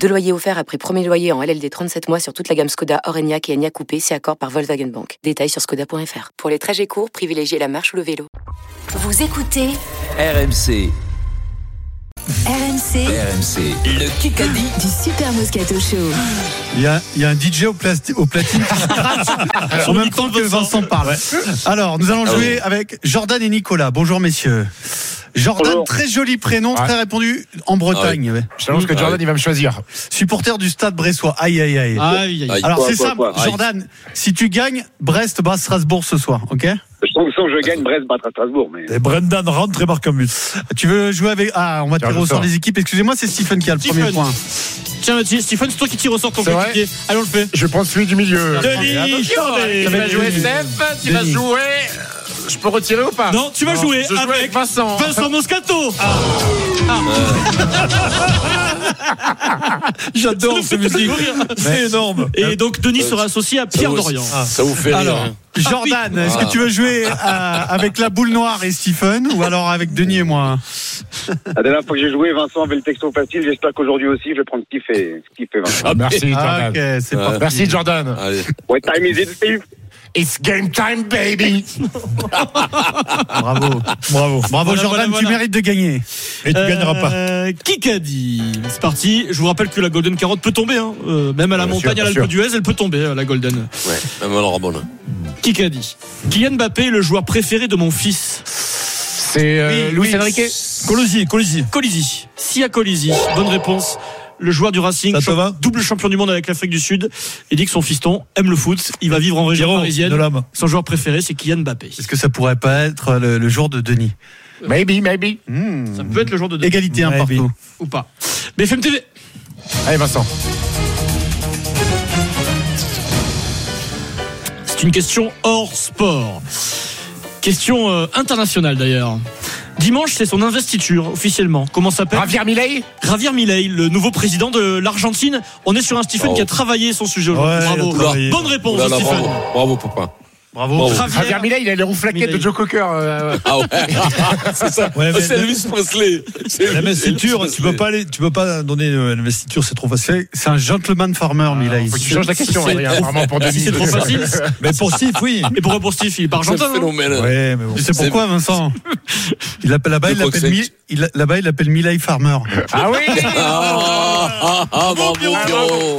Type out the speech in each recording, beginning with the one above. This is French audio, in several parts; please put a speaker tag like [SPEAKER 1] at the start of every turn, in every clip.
[SPEAKER 1] Deux loyers offerts après premier loyer en LLD 37 mois sur toute la gamme Skoda, Orenia et Enya Coupé, si accord par Volkswagen Bank. Détails sur skoda.fr. Pour les trajets courts, privilégiez la marche ou le vélo.
[SPEAKER 2] Vous écoutez
[SPEAKER 3] RMC,
[SPEAKER 2] RMC,
[SPEAKER 3] RMC, le Kikadi.
[SPEAKER 2] du Super Moscato Show.
[SPEAKER 4] Il y, a, il y a un DJ au, plasti- au platine qui gratte en même temps que Vincent parle. Alors, nous allons
[SPEAKER 5] Ah
[SPEAKER 4] jouer avec Jordan et Nicolas. Bonjour, messieurs. Jordan,
[SPEAKER 6] Bonjour.
[SPEAKER 4] très joli prénom,
[SPEAKER 7] Ouais.
[SPEAKER 4] très répandu en Bretagne. Ouais. Ah
[SPEAKER 7] Je t'annonce que Jordan, il va me choisir.
[SPEAKER 4] Supporter du stade bressois. Aïe, aïe, aïe.
[SPEAKER 5] Aïe, aïe.
[SPEAKER 3] Aïe.
[SPEAKER 4] Alors,
[SPEAKER 6] Quoi,
[SPEAKER 4] c'est
[SPEAKER 6] quoi,
[SPEAKER 4] simple,
[SPEAKER 6] quoi.
[SPEAKER 4] Jordan, si tu gagnes, Brest bat Strasbourg ce soir, ok
[SPEAKER 6] Je trouve que sans que je gagne, Brest battra Strasbourg. Mais...
[SPEAKER 4] Et Brendan rentre et marque un but. Tu veux jouer avec. Ah, on va
[SPEAKER 7] Tiens,
[SPEAKER 4] tirer
[SPEAKER 7] je
[SPEAKER 4] au sort
[SPEAKER 7] sors.
[SPEAKER 4] des équipes. Excusez-moi, c'est Stephen qui a le premier
[SPEAKER 5] Stephen.
[SPEAKER 4] point.
[SPEAKER 5] Tiens, tiens, Stephen, c'est toi qui tire au sort ton
[SPEAKER 7] C'est vrai
[SPEAKER 5] coéquipier. Allez, on le fait.
[SPEAKER 7] Je prends celui du milieu.
[SPEAKER 5] Denis
[SPEAKER 4] hein,
[SPEAKER 7] Tu vas
[SPEAKER 5] Charvet.
[SPEAKER 7] jouer Steph, tu vas
[SPEAKER 4] Denis.
[SPEAKER 7] jouer. Je peux retirer ou pas
[SPEAKER 5] Non, tu vas jouer
[SPEAKER 7] je joue
[SPEAKER 5] avec
[SPEAKER 7] avec Vincent.
[SPEAKER 5] Vincent Moscato.
[SPEAKER 4] Ah. J'adore
[SPEAKER 5] cette musique.
[SPEAKER 4] C'est énorme.
[SPEAKER 5] Et donc, Denis
[SPEAKER 7] Euh,
[SPEAKER 5] sera associé à Pierre Dorian.
[SPEAKER 7] ah,
[SPEAKER 3] Ça vous fait
[SPEAKER 4] Alors,
[SPEAKER 3] rire. hein.
[SPEAKER 5] Ah,
[SPEAKER 4] Jordan, est-ce que tu veux jouer euh, avec la boule noire et Stephen ou alors avec Denis et moi
[SPEAKER 6] La dernière fois que j'ai joué, Vincent avait le texto facile. J'espère qu'aujourd'hui aussi, je vais prendre ce qu'il fait, ce qu'il fait Vincent.
[SPEAKER 7] Ah, Merci,
[SPEAKER 4] Ah,
[SPEAKER 7] Jordan.
[SPEAKER 4] ok, c'est
[SPEAKER 3] Ouais.
[SPEAKER 4] parti.
[SPEAKER 7] Merci, Jordan.
[SPEAKER 3] Allez.
[SPEAKER 6] What time is it, Steve
[SPEAKER 7] It's game time, baby.
[SPEAKER 4] Bravo, bravo, bravo
[SPEAKER 5] Voilà,
[SPEAKER 4] Jordan,
[SPEAKER 5] voilà,
[SPEAKER 4] tu
[SPEAKER 5] voilà.
[SPEAKER 4] mérites de gagner. Et tu
[SPEAKER 5] Euh, Kikadi. C'est parti. Je vous rappelle que la Golden Carotte peut tomber. hein. Euh, même à la
[SPEAKER 7] Bien sûr,
[SPEAKER 5] montagne, à
[SPEAKER 7] bien
[SPEAKER 5] l'Alpe
[SPEAKER 7] sûr.
[SPEAKER 5] d'Huez, elle peut tomber, euh, la Golden.
[SPEAKER 3] Ouais, même alors abonne.
[SPEAKER 5] Kikadi. Kylian Mbappé est le joueur préféré de mon fils.
[SPEAKER 7] C'est euh, Luis Enrique.
[SPEAKER 5] Colisi, Colisi. Colisi. Sia Colisi. Bonne réponse. Le joueur du Racing,
[SPEAKER 4] Ça te
[SPEAKER 5] champ-
[SPEAKER 4] va
[SPEAKER 5] double champion du monde avec l'Afrique du Sud, il dit que son fiston aime le foot. Il va vivre en région parisienne.
[SPEAKER 4] l'homme.
[SPEAKER 5] Son joueur préféré, c'est Kylian Mbappé.
[SPEAKER 4] Est-ce que ça pourrait pas être le, le jour de Denis
[SPEAKER 7] Maybe, maybe.
[SPEAKER 4] Hmm.
[SPEAKER 5] Ça peut être le jour de demain
[SPEAKER 4] Égalité un
[SPEAKER 7] Ouais,
[SPEAKER 4] partout.
[SPEAKER 5] ou pas. BFM TV.
[SPEAKER 7] Allez, Vincent.
[SPEAKER 5] C'est une question hors sport. Question euh, internationale d'ailleurs. Dimanche, c'est son investiture officiellement. Comment s'appelle
[SPEAKER 7] Javier Milei.
[SPEAKER 5] Javier Milei, le nouveau président de l'Argentine. On est sur un Stephen
[SPEAKER 3] Bravo.
[SPEAKER 5] qui a travaillé son sujet
[SPEAKER 4] Ouais,
[SPEAKER 5] aujourd'hui.
[SPEAKER 4] il a
[SPEAKER 5] Bravo.
[SPEAKER 4] travaillé.
[SPEAKER 5] Bonne réponse,
[SPEAKER 3] Oh. Oulala,
[SPEAKER 5] Stephen.
[SPEAKER 3] bravo, bravo papa.
[SPEAKER 4] Bravo.
[SPEAKER 3] Bravo.
[SPEAKER 5] Javier-
[SPEAKER 7] Javier Milei, il a les roues flaquées
[SPEAKER 5] Milei.
[SPEAKER 7] de Joe Cocker. euh,
[SPEAKER 3] Ah ouais, c'est ça.
[SPEAKER 5] Euh,
[SPEAKER 4] Ouais, mais-
[SPEAKER 3] c'est Elvis Presley. C'est Elvis
[SPEAKER 4] La investiture, tu
[SPEAKER 3] Presley.
[SPEAKER 4] peux pas aller, tu peux pas donner euh, l'investiture, c'est trop facile. C'est un gentleman farmer, Milay.
[SPEAKER 7] Faut que tu changes la question,
[SPEAKER 5] c'est-
[SPEAKER 7] Adrien, vraiment pour
[SPEAKER 5] Si
[SPEAKER 7] Denis.
[SPEAKER 5] c'est trop facile.
[SPEAKER 4] Mais pour Steve, oui.
[SPEAKER 5] Et pourquoi pour Steve Il est pas
[SPEAKER 3] C'est
[SPEAKER 5] argentin. hein. non
[SPEAKER 3] phénomène.
[SPEAKER 4] hein. Ouais, mais bon. Tu sais
[SPEAKER 3] C'est-
[SPEAKER 4] pourquoi, Vincent Il l'appelle là-bas,
[SPEAKER 3] Je
[SPEAKER 4] il
[SPEAKER 3] crois que
[SPEAKER 4] l'appelle
[SPEAKER 3] c'est-
[SPEAKER 4] Mi- il l'a- là-bas, il l'appelle Milay Farmer.
[SPEAKER 7] Ah oui
[SPEAKER 3] Ah, ah, ah, bravo, Pierrot.
[SPEAKER 5] Pierrot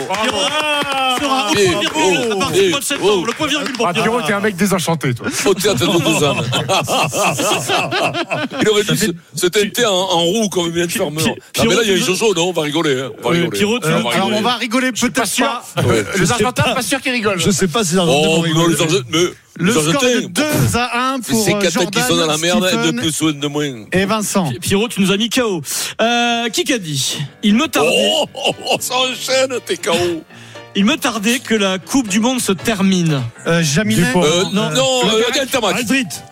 [SPEAKER 7] Ah,
[SPEAKER 5] sera au
[SPEAKER 3] Pierrot.
[SPEAKER 5] point
[SPEAKER 3] Eh,
[SPEAKER 5] virgule
[SPEAKER 3] oh,
[SPEAKER 5] à partir du mois de septembre. Le point virgule pour
[SPEAKER 7] Ah, Pierrot,
[SPEAKER 5] Pierrot.
[SPEAKER 7] t'es un mec désenchanté, toi.
[SPEAKER 3] Au théâtre de Lausanne. Il aurait dû se, se teinter en, en roue comme il vient de faire. mais non. Ah, mais là, il y a les Jojo, non On va rigoler. Hein. On va
[SPEAKER 5] Euh,
[SPEAKER 3] rigoler.
[SPEAKER 5] Pierrot, tu-
[SPEAKER 3] Ah,
[SPEAKER 5] alors,
[SPEAKER 4] Alors,
[SPEAKER 3] rigoler.
[SPEAKER 4] on va rigoler peut-être pas.
[SPEAKER 3] Ouais.
[SPEAKER 7] Les Argentins, pas sûr qu'ils rigolent.
[SPEAKER 4] Je sais pas si les Argentins vont
[SPEAKER 3] Oh, mais non,
[SPEAKER 4] rigoler.
[SPEAKER 3] les Argentins. mais
[SPEAKER 4] Le
[SPEAKER 3] les
[SPEAKER 4] score
[SPEAKER 3] Argentins,
[SPEAKER 4] de 2 à 1 pour
[SPEAKER 3] C'est
[SPEAKER 4] euh,
[SPEAKER 3] quatre qui
[SPEAKER 4] Jordan,
[SPEAKER 3] sont dans la merde, un de
[SPEAKER 4] Stephen
[SPEAKER 3] plus ou un de moins.
[SPEAKER 4] et Vincent.
[SPEAKER 5] Pierrot, tu nous as mis KO. Euh, qui qu'a dit Il me tardait.
[SPEAKER 3] Oh, oh, oh, ça enchaîne, t'es KO.
[SPEAKER 7] Oh.
[SPEAKER 5] Il me tardait que la Coupe du Monde se termine.
[SPEAKER 4] Euh, Jaminet.
[SPEAKER 7] Dupont.
[SPEAKER 3] Euh,
[SPEAKER 5] non,
[SPEAKER 3] non, euh, regarde ta
[SPEAKER 7] Ah,
[SPEAKER 3] match.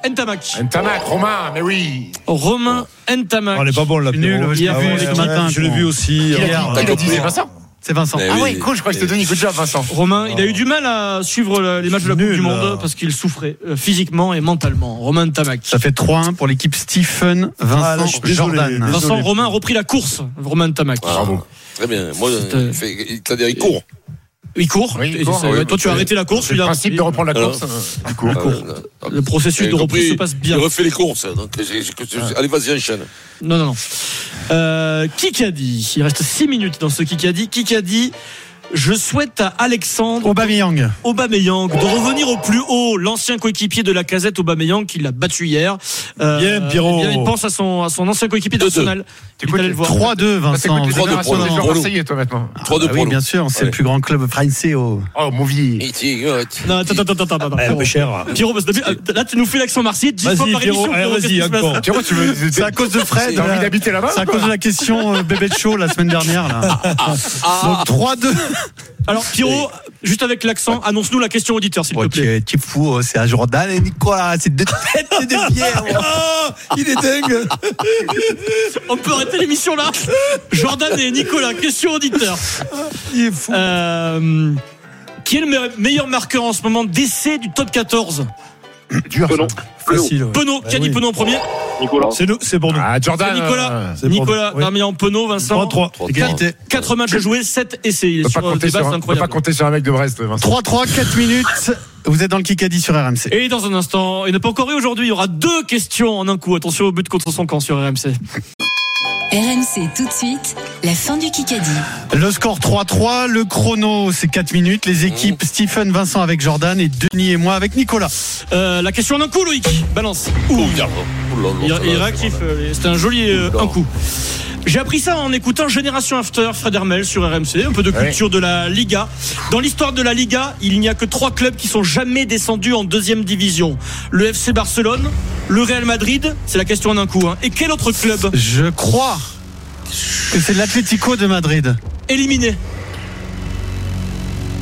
[SPEAKER 5] Ntamak.
[SPEAKER 7] Ntamak, Romain, mais oui.
[SPEAKER 5] Romain Ntamak.
[SPEAKER 4] On Oh, est pas bon là.
[SPEAKER 5] Ah, Nul,
[SPEAKER 4] Pierrot.
[SPEAKER 5] je l'ai
[SPEAKER 4] Ah
[SPEAKER 5] vu
[SPEAKER 4] ouais,
[SPEAKER 5] ce
[SPEAKER 4] ouais,
[SPEAKER 5] matin,
[SPEAKER 4] Je l'ai
[SPEAKER 5] quoi.
[SPEAKER 4] vu aussi.
[SPEAKER 7] Qui
[SPEAKER 4] hier.
[SPEAKER 7] l'a dit Qui l'a dit C'est Vincent
[SPEAKER 4] C'est Vincent.
[SPEAKER 3] Eh
[SPEAKER 7] Ah
[SPEAKER 3] oui.
[SPEAKER 7] oui, cool, je crois que c'était Denis. Good job, Vincent.
[SPEAKER 5] Romain, il a eu du mal à suivre le- les matchs de la Coupe
[SPEAKER 4] Oh. Nul,
[SPEAKER 5] du Monde
[SPEAKER 4] là.
[SPEAKER 5] parce qu'il souffrait euh, physiquement et mentalement. Romain Ntamak.
[SPEAKER 4] Ça fait 3-1 pour l'équipe Stephen, Vincent,
[SPEAKER 7] Ah, là, je suis désolé,
[SPEAKER 4] Jordan.
[SPEAKER 7] désolé.
[SPEAKER 5] Vincent Romain a repris la course. Romain Ntamak.
[SPEAKER 3] Ah, Très bien. Moi,
[SPEAKER 5] C'est, euh,
[SPEAKER 3] il fait- il t'a dit, il court.
[SPEAKER 5] Il court.
[SPEAKER 7] Oui, il
[SPEAKER 5] Et
[SPEAKER 7] court,
[SPEAKER 5] ça-
[SPEAKER 3] oui,
[SPEAKER 5] toi, tu as
[SPEAKER 3] oui.
[SPEAKER 5] arrêté la course.
[SPEAKER 7] C'est
[SPEAKER 5] il
[SPEAKER 7] le
[SPEAKER 5] a-
[SPEAKER 7] principe de reprendre la
[SPEAKER 3] Alors.
[SPEAKER 7] course. euh, Du coup.
[SPEAKER 3] Euh,
[SPEAKER 5] Le processus
[SPEAKER 3] J'ai
[SPEAKER 5] de reprise
[SPEAKER 3] compris.
[SPEAKER 5] se passe bien.
[SPEAKER 3] Il refait les courses. Donc, j'ai- j'ai- Allez, vas-y, enchaîne.
[SPEAKER 5] Non, non, non. Euh, Kikadi. Il reste 6 minutes dans ce Kikadi. Kikadi. Je souhaite à Alexandre
[SPEAKER 4] Aubameyang.
[SPEAKER 5] Aubameyang de revenir au plus haut. L'ancien coéquipier de la casette Aubameyang qui l'a battu hier. Euh,
[SPEAKER 4] Bien, Pierrot.
[SPEAKER 5] eh bien, il pense à son, à son ancien coéquipier
[SPEAKER 3] Deux-deux.
[SPEAKER 5] d'Arsenal. Il est
[SPEAKER 7] quoi,
[SPEAKER 5] allé
[SPEAKER 7] t'es-
[SPEAKER 5] le voir.
[SPEAKER 4] 3-2,
[SPEAKER 7] Ah, C'est quoi
[SPEAKER 4] Vincent.
[SPEAKER 7] les
[SPEAKER 3] Trois de
[SPEAKER 7] générations des
[SPEAKER 3] Polo.
[SPEAKER 7] joueurs
[SPEAKER 3] Polo.
[SPEAKER 7] marseillais, toi, maintenant
[SPEAKER 4] Ah,
[SPEAKER 3] 3-2
[SPEAKER 4] bah
[SPEAKER 3] pour
[SPEAKER 4] oui,
[SPEAKER 3] nous.
[SPEAKER 4] bien sûr, c'est le
[SPEAKER 3] Allez.
[SPEAKER 4] plus grand club français. Au...
[SPEAKER 7] Oh, mon vieil.
[SPEAKER 5] Non, attends, attends, attends, attends, attends. Pierrot.
[SPEAKER 4] cher.
[SPEAKER 5] Eh, Pierrot, parce que depuis- euh, là, tu nous fais l'accent marseillais 10
[SPEAKER 4] Vas-y,
[SPEAKER 5] fois par
[SPEAKER 4] Pierrot,
[SPEAKER 5] émission.
[SPEAKER 4] allez,
[SPEAKER 5] Pierrot, Eh,
[SPEAKER 4] vas-y,
[SPEAKER 5] qu'est-ce qui se passe
[SPEAKER 4] encore.
[SPEAKER 7] Tu vois, tu veux.
[SPEAKER 4] C'est à cause de Fred.
[SPEAKER 7] T'as envie
[SPEAKER 4] là.
[SPEAKER 7] d'habiter là-bas
[SPEAKER 4] C'est à
[SPEAKER 7] ou quoi
[SPEAKER 4] cause de la question euh, bébé de show la semaine dernière. Là. Donc 3-2.
[SPEAKER 5] Alors, Pierrot, juste avec l'accent, annonce-nous la question auditeur, s'il te plaît.
[SPEAKER 4] Ok, type fou, euh, c'est à Jordan et Nicolas, c'est deux têtes et deux pierres.
[SPEAKER 5] Ah
[SPEAKER 4] Oh, il est dingue.
[SPEAKER 5] On peut arrêter l'émission là Jordan et Nicolas, question auditeur.
[SPEAKER 4] Il est fou.
[SPEAKER 5] Euh, qui est le me- meilleur marqueur en ce moment d'essai du top 14
[SPEAKER 7] Dur.
[SPEAKER 6] Penon.
[SPEAKER 4] Facile. ouais.
[SPEAKER 5] Penaud,
[SPEAKER 4] Bah
[SPEAKER 5] qui a dit
[SPEAKER 4] oui.
[SPEAKER 5] Penaud en premier
[SPEAKER 6] Nicolas.
[SPEAKER 8] C'est nous, c'est pour nous.
[SPEAKER 7] Ah, Oh, Jordan.
[SPEAKER 5] C'est Nicolas.
[SPEAKER 7] euh,
[SPEAKER 8] C'est pour
[SPEAKER 5] Nicolas,
[SPEAKER 8] nous. Oui.
[SPEAKER 5] Damien Penaud, Vincent.
[SPEAKER 8] 3-3.
[SPEAKER 4] Égalité.
[SPEAKER 5] 4 matchs joués, 7 essais.
[SPEAKER 7] on
[SPEAKER 5] Il est
[SPEAKER 7] peut pas
[SPEAKER 5] sur euh,
[SPEAKER 7] compter
[SPEAKER 5] des bases
[SPEAKER 7] sur un- on peut pas
[SPEAKER 5] incroyables.
[SPEAKER 7] compter sur un mec de Brest, Vincent.
[SPEAKER 4] 3-3, 4 minutes. Vous êtes dans le Kikadi sur RMC.
[SPEAKER 5] Et dans un instant, il n'a pas encore eu aujourd'hui, il y aura deux questions en un coup. Attention au but contre son camp sur RMC.
[SPEAKER 2] RMC tout de suite, la fin du Kikadi.
[SPEAKER 4] Le score 3-3, le chrono c'est 4 minutes, les équipes
[SPEAKER 3] Mm.
[SPEAKER 4] Stephen, Vincent avec Jordan et Denis et moi avec Nicolas.
[SPEAKER 5] Euh, la question en un coup, Loïc. Balance.
[SPEAKER 3] Ouh, merde. Ouh là là,
[SPEAKER 5] Il,
[SPEAKER 3] ça va,
[SPEAKER 5] il est
[SPEAKER 3] ça va,
[SPEAKER 5] réactif.
[SPEAKER 3] là.
[SPEAKER 5] euh, C'était un joli euh,
[SPEAKER 3] Oula.
[SPEAKER 5] un coup. J'ai appris ça en écoutant Génération After, Fred Hermel sur RMC, un peu de culture de la Liga. Dans l'histoire de la Liga, il n'y a que trois clubs qui sont jamais descendus en deuxième division. Le FC Barcelone, le Real Madrid, c'est la question en un coup. hein. Et quel autre club
[SPEAKER 4] Je crois que c'est l'Atlético de Madrid.
[SPEAKER 5] éliminé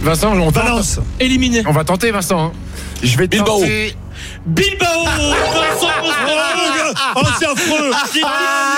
[SPEAKER 7] Vincent, on va,
[SPEAKER 8] Balance.
[SPEAKER 5] Éliminé.
[SPEAKER 7] on va tenter, Vincent. hein. Je vais
[SPEAKER 3] Bilbao.
[SPEAKER 7] tenter.
[SPEAKER 5] Bilbao Vincent Bossman.
[SPEAKER 8] Oh, c'est affreux.
[SPEAKER 5] Ah,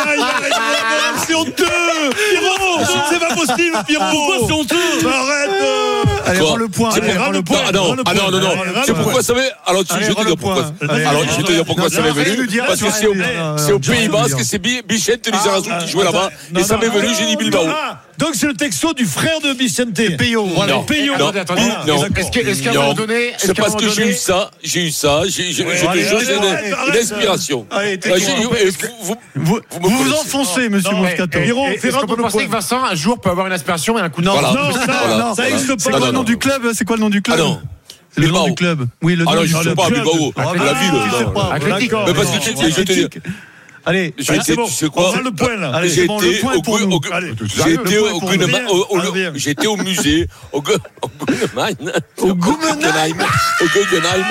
[SPEAKER 8] Aïe, aïe, aïe, aïe, C'est honteux. Pierrot, c'est
[SPEAKER 5] Ah.
[SPEAKER 8] pas possible,
[SPEAKER 5] Pourquoi c'est
[SPEAKER 8] Pierrot.
[SPEAKER 5] honteux
[SPEAKER 8] Arrête.
[SPEAKER 4] Allez,
[SPEAKER 3] Quoi
[SPEAKER 4] rends le point.
[SPEAKER 3] C'est
[SPEAKER 4] allez,
[SPEAKER 3] pour-
[SPEAKER 4] rends le
[SPEAKER 8] non,
[SPEAKER 4] point.
[SPEAKER 3] Ah non,
[SPEAKER 8] rends le
[SPEAKER 3] ah non,
[SPEAKER 8] point,
[SPEAKER 3] non, non.
[SPEAKER 8] allez, rends
[SPEAKER 3] C'est
[SPEAKER 8] le
[SPEAKER 3] pourquoi ça va Alors, tu-
[SPEAKER 4] Allez,
[SPEAKER 3] je vais
[SPEAKER 4] rends
[SPEAKER 3] te
[SPEAKER 4] le
[SPEAKER 3] dire pourquoi.
[SPEAKER 4] point. Allez,
[SPEAKER 3] Alors,
[SPEAKER 4] rends
[SPEAKER 3] je vais
[SPEAKER 4] le
[SPEAKER 3] te dire pourquoi
[SPEAKER 4] point.
[SPEAKER 3] ça m'est
[SPEAKER 4] Non,
[SPEAKER 3] venu.
[SPEAKER 4] nous dira,
[SPEAKER 3] Parce que
[SPEAKER 4] tu
[SPEAKER 3] c'est
[SPEAKER 4] vas
[SPEAKER 3] au-
[SPEAKER 4] nous dire.
[SPEAKER 3] c'est au
[SPEAKER 4] Tu vas
[SPEAKER 3] Pays
[SPEAKER 4] nous
[SPEAKER 3] Basque,
[SPEAKER 4] dire.
[SPEAKER 3] c'est Bi- Bichette et Lizarazu qui jouaient là-bas. Et ça m'est venu, j'ai dit Bilbao.
[SPEAKER 8] Ah, Donc c'est le texto du frère de Vicente.
[SPEAKER 4] Payo.
[SPEAKER 8] Voilà,
[SPEAKER 3] Non.
[SPEAKER 8] Payo.
[SPEAKER 3] Non.
[SPEAKER 7] Attendez, attendez.
[SPEAKER 3] Non.
[SPEAKER 7] Est-ce que- Est-ce que- est-ce qu'à un
[SPEAKER 3] Non.
[SPEAKER 7] moment donné. est-ce
[SPEAKER 3] C'est
[SPEAKER 7] qu'à un
[SPEAKER 3] parce
[SPEAKER 7] moment
[SPEAKER 3] que j'ai
[SPEAKER 7] donné-
[SPEAKER 3] eu ça, j'ai eu ça, j'ai j'ai- je
[SPEAKER 8] allez,
[SPEAKER 3] te jure,
[SPEAKER 8] arrête,
[SPEAKER 3] j'ai
[SPEAKER 8] arrête,
[SPEAKER 3] une-
[SPEAKER 8] arrête.
[SPEAKER 3] une inspiration.
[SPEAKER 4] Allez, t'es
[SPEAKER 3] Ah, j'ai-
[SPEAKER 4] con.
[SPEAKER 3] et vous- vous-
[SPEAKER 4] Vous vous,
[SPEAKER 3] me
[SPEAKER 4] vous
[SPEAKER 3] connaissez.
[SPEAKER 4] enfoncez, monsieur
[SPEAKER 8] Non,
[SPEAKER 3] Eh,
[SPEAKER 4] Moscato.
[SPEAKER 8] mais- Pierrot,
[SPEAKER 7] Et-
[SPEAKER 8] fais
[SPEAKER 7] eh, Est-ce qu'on
[SPEAKER 8] rendre
[SPEAKER 7] peut
[SPEAKER 8] le
[SPEAKER 7] penser
[SPEAKER 8] point.
[SPEAKER 7] que Vincent, un jour, peut avoir une aspiration et un coup de
[SPEAKER 4] Non,
[SPEAKER 3] Voilà.
[SPEAKER 8] Non, ça,
[SPEAKER 3] Voilà.
[SPEAKER 8] non, ça
[SPEAKER 3] Voilà.
[SPEAKER 8] existe
[SPEAKER 4] C'est
[SPEAKER 8] pas.
[SPEAKER 3] Ah,
[SPEAKER 4] quoi
[SPEAKER 3] non,
[SPEAKER 4] le nom
[SPEAKER 3] non.
[SPEAKER 4] du club C'est quoi le nom du club
[SPEAKER 3] Ah non.
[SPEAKER 4] Le nom
[SPEAKER 3] Bilbao.
[SPEAKER 4] du club. Oui, le
[SPEAKER 3] Ah
[SPEAKER 4] nom
[SPEAKER 3] non,
[SPEAKER 4] du
[SPEAKER 3] je sais
[SPEAKER 4] club.
[SPEAKER 3] pas,
[SPEAKER 8] club.
[SPEAKER 3] Bilbao.
[SPEAKER 8] Ah,
[SPEAKER 3] La
[SPEAKER 8] bah,
[SPEAKER 3] ville.
[SPEAKER 8] tu sais
[SPEAKER 3] non.
[SPEAKER 8] pas.
[SPEAKER 7] Athlétique.
[SPEAKER 8] D'accord.
[SPEAKER 3] Mais parce
[SPEAKER 8] Non,
[SPEAKER 3] que tu-
[SPEAKER 8] voilà.
[SPEAKER 3] je te dis-
[SPEAKER 4] Allez,
[SPEAKER 3] J'ai
[SPEAKER 8] Bah, c'est
[SPEAKER 3] été,
[SPEAKER 8] bon.
[SPEAKER 3] tu sais
[SPEAKER 8] On
[SPEAKER 3] quoi
[SPEAKER 8] rend le point là.
[SPEAKER 4] Allez,
[SPEAKER 3] J'ai
[SPEAKER 4] c'est bon, le
[SPEAKER 3] été
[SPEAKER 4] point
[SPEAKER 3] au
[SPEAKER 4] pour
[SPEAKER 3] Grun-
[SPEAKER 4] nous.
[SPEAKER 3] au
[SPEAKER 8] Allez.
[SPEAKER 3] Grun-
[SPEAKER 7] Allez,
[SPEAKER 3] j'ai
[SPEAKER 7] le
[SPEAKER 3] été
[SPEAKER 7] point
[SPEAKER 3] au
[SPEAKER 7] pour
[SPEAKER 3] Grunema-
[SPEAKER 8] Adrien.
[SPEAKER 3] au- au-
[SPEAKER 8] Adrien.
[SPEAKER 3] J'ai été au musée, au Gu- au Guggenheim, au Guggenheim, au Guggenheim,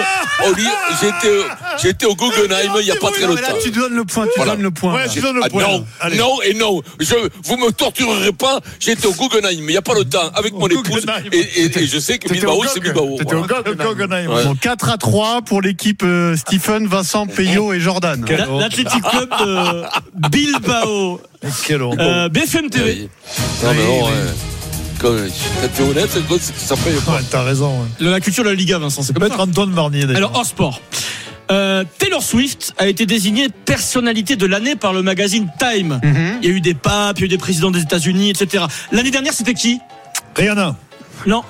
[SPEAKER 3] au lit- j'étais j'étais au Guggenheim il n'y a pas très
[SPEAKER 4] Non, mais là,
[SPEAKER 3] longtemps.
[SPEAKER 4] tu donnes le point. Tu
[SPEAKER 3] Voilà.
[SPEAKER 4] donnes le point.
[SPEAKER 8] Ouais,
[SPEAKER 4] là.
[SPEAKER 8] tu donnes
[SPEAKER 3] Ah
[SPEAKER 8] le point.
[SPEAKER 3] non,
[SPEAKER 8] Allez.
[SPEAKER 3] non et non. Je, vous me torturerez pas. J'étais au Guggenheim il n'y a pas longtemps avec mon épouse
[SPEAKER 8] Guggenheim.
[SPEAKER 3] et, et- et je sais que
[SPEAKER 7] T'étais au
[SPEAKER 3] Bilbao
[SPEAKER 7] Gog.
[SPEAKER 3] c'est Bilbao.
[SPEAKER 7] T'étais
[SPEAKER 3] voilà.
[SPEAKER 7] au Gog.
[SPEAKER 8] Guggenheim.
[SPEAKER 3] Ouais.
[SPEAKER 4] Bon, 4 à 3 pour l'équipe euh, Stephen, Vincent, Peyo et Jordan. Oh,
[SPEAKER 5] La- L'Athletic Club de Bilbao.
[SPEAKER 8] Quel honte.
[SPEAKER 5] Euh, BFM TV.
[SPEAKER 3] Oui. Non mais bon, ouais. Quand quand t'es honnête, c'est quoi, c'est- ça paye pas.
[SPEAKER 8] Ouais, T'as raison. ouais.
[SPEAKER 5] La culture de la Liga, Vincent, c'est
[SPEAKER 8] Je
[SPEAKER 5] pas
[SPEAKER 8] vais mettre Antoine Marnier. d'ailleurs.
[SPEAKER 5] Alors, hors sport. Euh, Taylor Swift a été désignée personnalité de l'année par le magazine Time. Il y a eu des papes, il y a eu des présidents des États-Unis, etc. L'année dernière, c'était qui
[SPEAKER 8] Rihanna.
[SPEAKER 5] Non,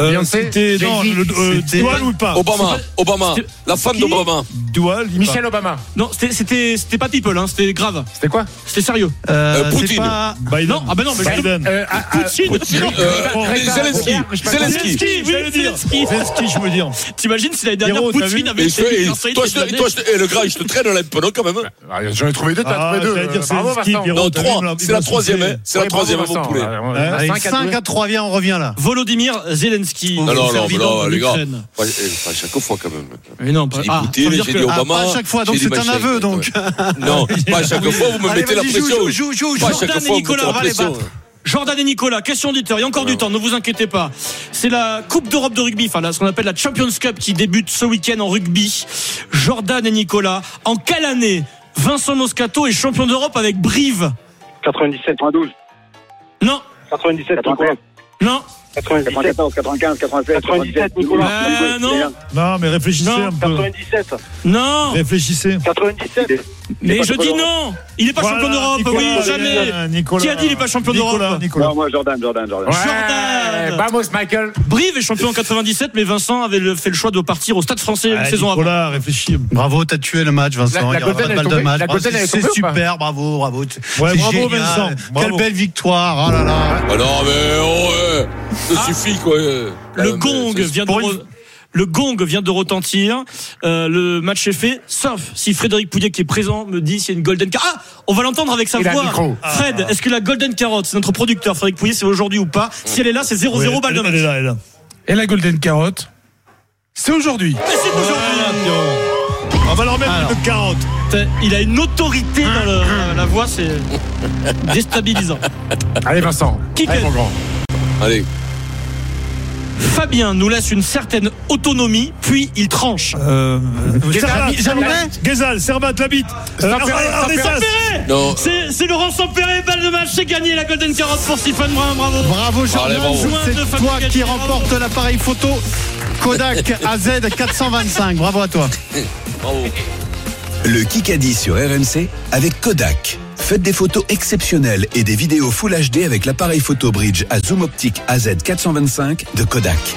[SPEAKER 8] Euh,
[SPEAKER 7] Beyoncé.
[SPEAKER 8] C'était non,
[SPEAKER 7] Jay-Z.
[SPEAKER 8] le- euh,
[SPEAKER 4] C'était-
[SPEAKER 8] Dual ou pas
[SPEAKER 3] Obama, Obama,
[SPEAKER 5] c'est-
[SPEAKER 3] la femme
[SPEAKER 5] qui
[SPEAKER 3] d'Obama.
[SPEAKER 8] Dual. il
[SPEAKER 7] Michel Obama.
[SPEAKER 5] non, c'était- c'était c'était pas People, hein, c'était grave,
[SPEAKER 7] C'était quoi
[SPEAKER 5] c'était sérieux.
[SPEAKER 4] Euh, c'est
[SPEAKER 3] Poutine.
[SPEAKER 4] pas-
[SPEAKER 8] parle. Biden.
[SPEAKER 5] Non, ah bah non, mais je-
[SPEAKER 8] Biden.
[SPEAKER 7] Euh, ah, ah,
[SPEAKER 5] Poutine.
[SPEAKER 3] Euh,
[SPEAKER 7] Greta, Greta,
[SPEAKER 3] Zelensky,
[SPEAKER 7] je sais pas comment-
[SPEAKER 3] Zelensky.
[SPEAKER 5] Zelensky, oui,
[SPEAKER 8] J'allais dire.
[SPEAKER 5] Zelensky.
[SPEAKER 8] Zelensky, je veux dire.
[SPEAKER 5] T'imagines si l'année dernière
[SPEAKER 8] Héros, t'as
[SPEAKER 5] Poutine
[SPEAKER 8] vu
[SPEAKER 5] avait
[SPEAKER 3] Et,
[SPEAKER 5] été
[SPEAKER 3] je- et
[SPEAKER 5] personnalité
[SPEAKER 3] toi,
[SPEAKER 5] de
[SPEAKER 3] je te- et
[SPEAKER 5] l'année
[SPEAKER 3] toi, je te- et le gars, je te traîne la penaud quand même. hein?
[SPEAKER 7] Ah, J'en ai trouvé deux, t'as
[SPEAKER 8] Ah,
[SPEAKER 7] trouvé deux.
[SPEAKER 8] j'allais dire
[SPEAKER 7] Euh, Bravo,
[SPEAKER 8] Zelensky,
[SPEAKER 7] Vincent.
[SPEAKER 8] Pierrot.
[SPEAKER 3] Non,
[SPEAKER 8] t'as vu,
[SPEAKER 3] trois.
[SPEAKER 8] il m'a- il
[SPEAKER 3] c'est
[SPEAKER 8] m'a
[SPEAKER 3] la troisième,
[SPEAKER 8] soufflé.
[SPEAKER 3] hein. C'est la
[SPEAKER 7] Ouais, bravo,
[SPEAKER 3] troisième, mon
[SPEAKER 7] Vincent.
[SPEAKER 3] poulet.
[SPEAKER 7] Ah, on
[SPEAKER 8] Hein,
[SPEAKER 7] a
[SPEAKER 4] Allez,
[SPEAKER 7] cinq à
[SPEAKER 4] 5
[SPEAKER 7] deux.
[SPEAKER 4] à 3, viens, on revient là.
[SPEAKER 5] Volodymyr Zelensky.
[SPEAKER 3] Non, non, non, mais
[SPEAKER 5] président
[SPEAKER 3] non,
[SPEAKER 5] de
[SPEAKER 3] les gars.
[SPEAKER 5] l'Ukraine.
[SPEAKER 3] Ouais, eh, à chaque fois quand même.
[SPEAKER 5] Mais non, pas.
[SPEAKER 3] J'ai dit
[SPEAKER 5] Ah,
[SPEAKER 3] Poutine,
[SPEAKER 5] ça veut dire
[SPEAKER 3] j'ai
[SPEAKER 5] que-
[SPEAKER 3] dit
[SPEAKER 4] Ah,
[SPEAKER 3] Obama.
[SPEAKER 4] pas à chaque fois, donc
[SPEAKER 3] j'ai dit
[SPEAKER 4] c'est un
[SPEAKER 3] machin,
[SPEAKER 4] aveu.
[SPEAKER 3] ouais.
[SPEAKER 4] Donc.
[SPEAKER 3] Non, pas à chaque fois, vous me
[SPEAKER 4] Allez,
[SPEAKER 3] mettez la
[SPEAKER 4] vas-y, joue,
[SPEAKER 3] pression.
[SPEAKER 4] joue, joue, joue,
[SPEAKER 3] Pas à
[SPEAKER 4] joue.
[SPEAKER 3] chaque fois,
[SPEAKER 5] Jordan et
[SPEAKER 3] vous mettez
[SPEAKER 5] Nicolas, on
[SPEAKER 3] la
[SPEAKER 5] va les
[SPEAKER 3] pression.
[SPEAKER 5] battre. Jordan et Nicolas, question auditeur, il y a encore du temps, ne vous inquiétez pas. C'est la Coupe d'Europe de rugby, enfin là, ce qu'on appelle la Champions Cup qui débute ce week-end en rugby. Jordan et Nicolas, en quelle année Vincent Moscato est champion d'Europe avec Brive
[SPEAKER 6] 97, 92,
[SPEAKER 5] Non,
[SPEAKER 6] 97, 91,
[SPEAKER 5] non,
[SPEAKER 6] 94, 95, 96, 97,
[SPEAKER 5] Ah, non.
[SPEAKER 8] Non, mais réfléchissez
[SPEAKER 5] Non,
[SPEAKER 8] un peu.
[SPEAKER 5] non.
[SPEAKER 8] Réfléchissez.
[SPEAKER 6] 97.
[SPEAKER 5] Mais je dis non Il n'est pas champion d'Europe,
[SPEAKER 8] Nicolas,
[SPEAKER 5] oui, jamais
[SPEAKER 8] Nicolas, Nicolas.
[SPEAKER 5] Qui a dit il est pas champion
[SPEAKER 8] Nicolas,
[SPEAKER 5] d'Europe
[SPEAKER 8] Nicolas.
[SPEAKER 6] Non, moi, Jordan, Jordan, Jordan.
[SPEAKER 7] Ouais,
[SPEAKER 5] Jordan.
[SPEAKER 7] Vamos, Michael.
[SPEAKER 5] Brive est champion en 97, mais Vincent avait le- fait le choix de partir au Stade français une
[SPEAKER 8] Ah,
[SPEAKER 5] saison après.
[SPEAKER 8] Nicolas, réfléchis.
[SPEAKER 4] Bravo, t'as tué le match, Vincent.
[SPEAKER 7] La- la
[SPEAKER 4] Il y aura pas
[SPEAKER 7] Golden,
[SPEAKER 4] de
[SPEAKER 7] elle
[SPEAKER 4] balle
[SPEAKER 7] est
[SPEAKER 4] de
[SPEAKER 7] tombée
[SPEAKER 4] match.
[SPEAKER 7] La Golden, elle est
[SPEAKER 4] C'est
[SPEAKER 7] tombée ou pas
[SPEAKER 4] super, bravo, bravo.
[SPEAKER 8] Ouais,
[SPEAKER 4] C'est
[SPEAKER 8] bravo,
[SPEAKER 4] génial.
[SPEAKER 8] Vincent, bravo.
[SPEAKER 4] Quelle belle victoire. Oh là là.
[SPEAKER 3] Ah non, mais oh, ouais. ça suffit, quoi. euh.
[SPEAKER 5] Le
[SPEAKER 8] Ah,
[SPEAKER 3] Euh,
[SPEAKER 5] gong
[SPEAKER 3] c'est-
[SPEAKER 5] vient de
[SPEAKER 4] pour une-
[SPEAKER 5] re- le gong vient de retentir. Euh, le match est fait, sauf si Frédéric Pouillet qui est présent me dit s'il y a une golden carotte. Ah, on va l'entendre avec sa
[SPEAKER 7] Il a
[SPEAKER 5] voix. Ah.
[SPEAKER 7] un micro.
[SPEAKER 8] Ah.
[SPEAKER 5] Fred, est-ce que la golden carotte, c'est notre producteur Frédéric Pouillet, c'est aujourd'hui ou pas Si elle est là, c'est 0-0
[SPEAKER 8] Ouais,
[SPEAKER 5] balle de
[SPEAKER 8] elle est
[SPEAKER 5] match.
[SPEAKER 8] là, elle est là.
[SPEAKER 9] Et la Golden Carotte, c'est aujourd'hui.
[SPEAKER 5] Et c'est
[SPEAKER 8] Ah,
[SPEAKER 5] aujourd'hui.
[SPEAKER 8] Pierrot. On va leur mettre
[SPEAKER 4] Alors.
[SPEAKER 8] une carotte.
[SPEAKER 5] Il a une autorité dans le- la voix, c'est déstabilisant.
[SPEAKER 7] Allez, Vincent.
[SPEAKER 8] Ah,
[SPEAKER 5] Qui
[SPEAKER 7] Allez,
[SPEAKER 5] que-
[SPEAKER 7] mon grand.
[SPEAKER 3] Allez.
[SPEAKER 5] Fabien nous laisse une certaine autonomie, puis il tranche.
[SPEAKER 4] Euh,
[SPEAKER 9] Euh,
[SPEAKER 8] Euh,
[SPEAKER 7] Guézal,
[SPEAKER 5] Jamy- Jamy-
[SPEAKER 7] Servat, Guézal, Servat, la bite. Euh,
[SPEAKER 5] Sampéré,
[SPEAKER 7] Ar- Arnaud
[SPEAKER 5] Sampéré.
[SPEAKER 7] Sampéré.
[SPEAKER 3] Non.
[SPEAKER 5] C'est c'est Laurent Sampéré, balle de match, c'est gagné la Golden Carotte pour Stéphane Brun, bravo.
[SPEAKER 4] Bravo
[SPEAKER 3] Allez,
[SPEAKER 4] Jordan,
[SPEAKER 3] bravo.
[SPEAKER 4] c'est
[SPEAKER 5] Joint de
[SPEAKER 4] toi
[SPEAKER 5] Fabien
[SPEAKER 4] qui
[SPEAKER 5] Galtier, bravo.
[SPEAKER 4] remporte l'appareil photo Kodak AZ425. Bravo à toi.
[SPEAKER 3] Bravo.
[SPEAKER 10] Le Kikadi sur RMC avec Kodak. Faites des photos exceptionnelles et des vidéos Full HD avec l'appareil photo bridge à zoom optique AZ425 de Kodak.